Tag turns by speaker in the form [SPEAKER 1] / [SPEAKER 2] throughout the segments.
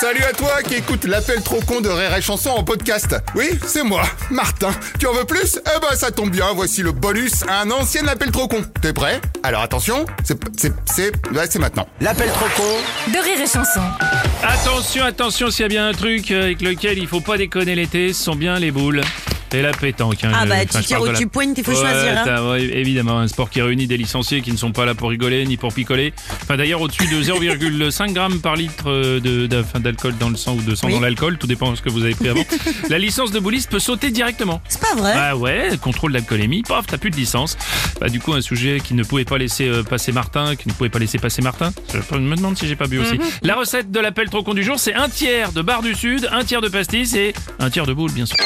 [SPEAKER 1] Salut à toi qui écoute l'appel trop con de Rire et Chanson en podcast. Oui, c'est moi, Martin. Tu en veux plus Eh ben ça tombe bien, voici le bonus à un ancien appel trop con. T'es prêt Alors attention, c'est c'est c'est ouais, c'est maintenant.
[SPEAKER 2] L'appel trop con
[SPEAKER 3] de rire et chanson.
[SPEAKER 4] Attention, attention, s'il y a bien un truc euh, avec lequel il faut pas déconner l'été, ce sont bien les boules. Et la pétanque. hein.
[SPEAKER 5] Ah
[SPEAKER 4] Je-
[SPEAKER 5] bah,
[SPEAKER 4] enfin,
[SPEAKER 5] tu
[SPEAKER 4] je
[SPEAKER 5] tires
[SPEAKER 4] parle
[SPEAKER 5] ou
[SPEAKER 4] de la-
[SPEAKER 5] tu poignes, il faut
[SPEAKER 4] Ouais,
[SPEAKER 5] choisir, hein.
[SPEAKER 4] t'as- ouais, évidemment, un sport qui réunit des licenciés qui ne sont pas là pour rigoler ni pour picoler. Enfin, d'ailleurs, au-dessus de 0,5 grammes par litre euh, de- d'a- enfin, d'alcool dans le sang ou de sang
[SPEAKER 5] Oui.
[SPEAKER 4] dans l'alcool, tout dépend de ce que vous avez pris avant. la licence de bouliste peut sauter directement.
[SPEAKER 5] C'est pas vrai.
[SPEAKER 4] Ah ouais, contrôle d'alcoolémie, paf, t'as plus de licence. Bah du coup, un sujet qui ne pouvait pas laisser euh, passer Martin, qui ne pouvait pas laisser passer Martin. Je me demande si j'ai pas bu aussi. La recette de l'appel trop con du jour, c'est un tiers de bar du Sud, un tiers de pastis et un tiers de boule, bien sûr.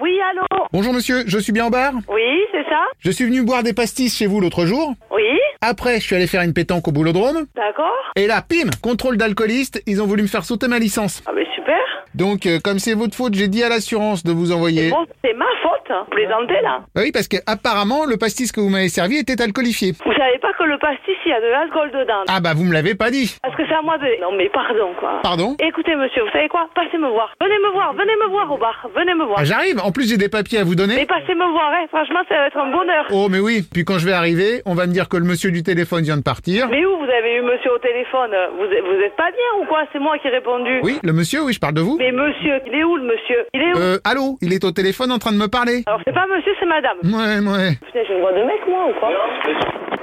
[SPEAKER 6] Oui, allô
[SPEAKER 1] Bonjour monsieur, je suis bien au bar.
[SPEAKER 6] Oui, c'est ça
[SPEAKER 1] Je suis venu boire des pastis chez vous l'autre jour.
[SPEAKER 6] Oui,
[SPEAKER 1] Après, je suis allé faire une pétanque au boulodrome.
[SPEAKER 6] d'accord.
[SPEAKER 1] Et là, pim, contrôle d'alcooliste, ils ont voulu me faire sauter ma licence.
[SPEAKER 6] Ah, mais super.
[SPEAKER 1] Donc, euh, comme c'est votre faute, j'ai dit à l'assurance de vous envoyer.
[SPEAKER 6] Bon, c'est ma faute. hein. Vous plaisantez, là.
[SPEAKER 1] Bah oui, parce que apparemment, le pastis que vous m'avez servi était alcoolifié.
[SPEAKER 6] Vous savez pas que le pastis, il y a de l'alcool dedans.
[SPEAKER 1] Ah bah, vous me l'avez pas dit.
[SPEAKER 6] Parce que c'est à moi de... Non, mais pardon, quoi.
[SPEAKER 1] Pardon
[SPEAKER 6] Écoutez, monsieur, vous savez quoi Passez me voir. Venez me voir, venez me voir au bar. Venez me voir.
[SPEAKER 1] Ah, J'arrive, en plus j'ai des papiers à vous donner.
[SPEAKER 6] Mais passez me voir, hein. Franchement, ça va être un bonheur.
[SPEAKER 1] Oh mais oui, puis quand je vais arriver, on va me dire que le monsieur du téléphone vient de partir.
[SPEAKER 6] Mais où vous avez eu monsieur au téléphone Vous, vous êtes pas bien ou quoi C'est moi qui ai répondu.
[SPEAKER 1] Oui, le monsieur, oui, je parle de vous.
[SPEAKER 6] Mais monsieur, il est où, le monsieur Il est où
[SPEAKER 1] Euh, allô, il est au téléphone en train de me parler.
[SPEAKER 6] Alors, c'est pas monsieur, c'est madame.
[SPEAKER 1] Ouais, ouais.
[SPEAKER 6] Putain, j'ai une voix de mec, moi, ou quoi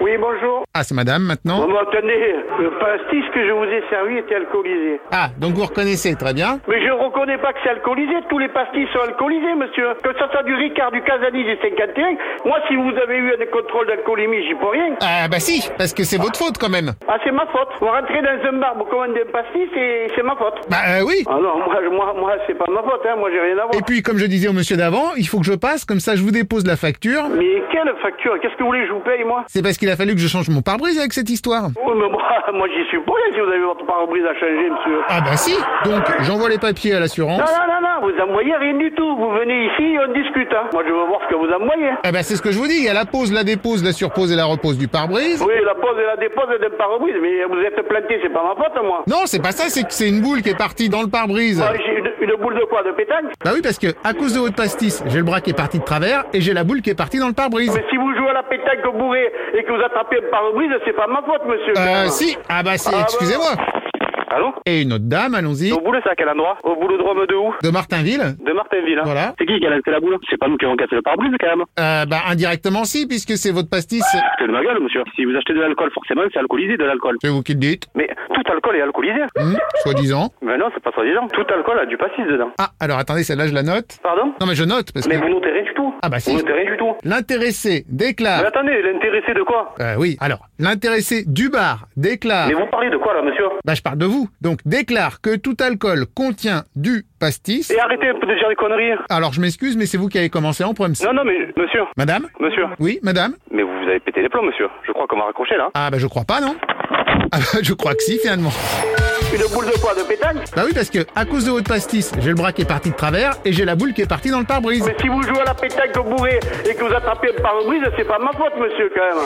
[SPEAKER 7] Oui, bonjour.
[SPEAKER 1] Ah, c'est madame
[SPEAKER 7] Vous
[SPEAKER 1] maintenant.
[SPEAKER 7] m'entendez Le pastis que je vous ai servi était alcoolisé.
[SPEAKER 1] Ah, donc vous reconnaissez, très bien.
[SPEAKER 7] Mais je reconnais pas que c'est alcoolisé. Tous les pastis sont alcoolisés, monsieur. Que ça soit du Ricard, du Casanis, du 51. Moi, si vous avez eu un contrôle d'alcoolémie, j'y peux rien.
[SPEAKER 1] Ah bah si, parce que c'est votre faute quand même.
[SPEAKER 7] Ah, c'est ma faute. Vous rentrez dans un bar, vous commandez un pastis et c'est ma faute.
[SPEAKER 1] Bah euh, oui.
[SPEAKER 7] Ah non, moi, je- moi, moi c'est pas ma faute, hein. Moi, j'ai rien à voir.
[SPEAKER 1] Et puis comme je disais au monsieur d'avant, il faut que je passe, comme ça je vous dépose la facture.
[SPEAKER 7] Mais quelle facture Qu'est-ce que vous voulez que je vous paye, moi
[SPEAKER 1] C'est parce qu'il a fallu que je change mon pare-brise avec cette histoire.
[SPEAKER 7] Oui, mais moi, moi j'y suis pour rien si vous avez votre pare-brise à changer, monsieur.
[SPEAKER 1] Ah bah si. Donc j'envoie les papiers à
[SPEAKER 7] Non,
[SPEAKER 1] l'assurance.
[SPEAKER 7] non, non, non, vous envoyez rien du tout. Vous venez ici et on discute. Hein. Moi, je veux voir ce que vous envoyez.
[SPEAKER 1] Ah bah c'est ce que je vous dis, il y a la pose, la dépose, la surpose et la repose du pare-brise.
[SPEAKER 7] Oui, la pose et la dépose d'un pare-brise, mais vous êtes planté, c'est pas ma faute, moi.
[SPEAKER 1] Non, c'est pas ça, c'est que c'est une boule qui est partie dans le pare-brise.
[SPEAKER 7] Ah, J'ai une, une boule de quoi De pétanque
[SPEAKER 1] Bah oui, parce que à cause de votre pastis, j'ai le bras qui est parti de travers et j'ai la boule qui est partie dans le pare-brise.
[SPEAKER 7] Mais si vous jouez à la pétanque bourré et que vous attrapez un pare-brise, c'est pas ma faute, monsieur.
[SPEAKER 1] Euh, si. Ah bah si,
[SPEAKER 7] Ah bah.
[SPEAKER 1] excusez-moi.
[SPEAKER 7] Allô
[SPEAKER 1] Et une autre dame, allons-y,
[SPEAKER 7] Au boulot, c'est à quel endroit Au boulot de de où
[SPEAKER 1] de Martinville.
[SPEAKER 7] De Martinville. Hein.
[SPEAKER 1] Voilà.
[SPEAKER 7] C'est qui qui a lancé la boule C'est pas nous qui avons cassé le pare-brise, quand même.
[SPEAKER 1] Euh, bah indirectement si, puisque c'est votre pastis.
[SPEAKER 7] C'est de ma gueule, monsieur. Si vous achetez de l'alcool, forcément, c'est alcoolisé, de l'alcool.
[SPEAKER 1] C'est vous qui le dites,
[SPEAKER 7] Mais tout alcool est alcoolisé.
[SPEAKER 1] Hmm, soi-disant.
[SPEAKER 7] Mais non, c'est pas soi-disant. Tout alcool a du pastis dedans.
[SPEAKER 1] Ah, alors attendez, celle-là je la note.
[SPEAKER 7] Pardon
[SPEAKER 1] Non mais je note, parce
[SPEAKER 7] Mais
[SPEAKER 1] que
[SPEAKER 7] vous notez rien du tout.
[SPEAKER 1] Ah bah si. Ah.
[SPEAKER 7] Vous notez rien du tout.
[SPEAKER 1] l'intéressé
[SPEAKER 7] Mais
[SPEAKER 1] déclare...
[SPEAKER 7] attendez, l'intéressé de quoi
[SPEAKER 1] Euh, oui, alors, l'intéressé du bar déclare...
[SPEAKER 7] Mais vous parlez de quoi là, monsieur
[SPEAKER 1] Bah je parle de vous. Donc déclare que tout alcool contient du pastis.
[SPEAKER 7] Et Eh, arrêtez un peu de dire des conneries.
[SPEAKER 1] Alors je m'excuse, mais c'est vous qui avez commencé en premier.
[SPEAKER 7] Non, non, mais monsieur,
[SPEAKER 1] Madame
[SPEAKER 7] monsieur.
[SPEAKER 1] Oui, madame
[SPEAKER 7] Mais vous vous avez pété les plombs, monsieur. Je crois qu'on m'a raccroché là.
[SPEAKER 1] Ah bah je crois pas, non Ah bah je crois que si, finalement.
[SPEAKER 7] Une boule de quoi De pétanque
[SPEAKER 1] Bah oui, parce que à cause de votre pastis, j'ai le bras qui est parti de travers et j'ai la boule qui est partie dans le pare-brise.
[SPEAKER 7] Mais si vous jouez à la pétanque bourré et que vous attrapez un pare-brise, c'est pas ma faute, monsieur, quand même.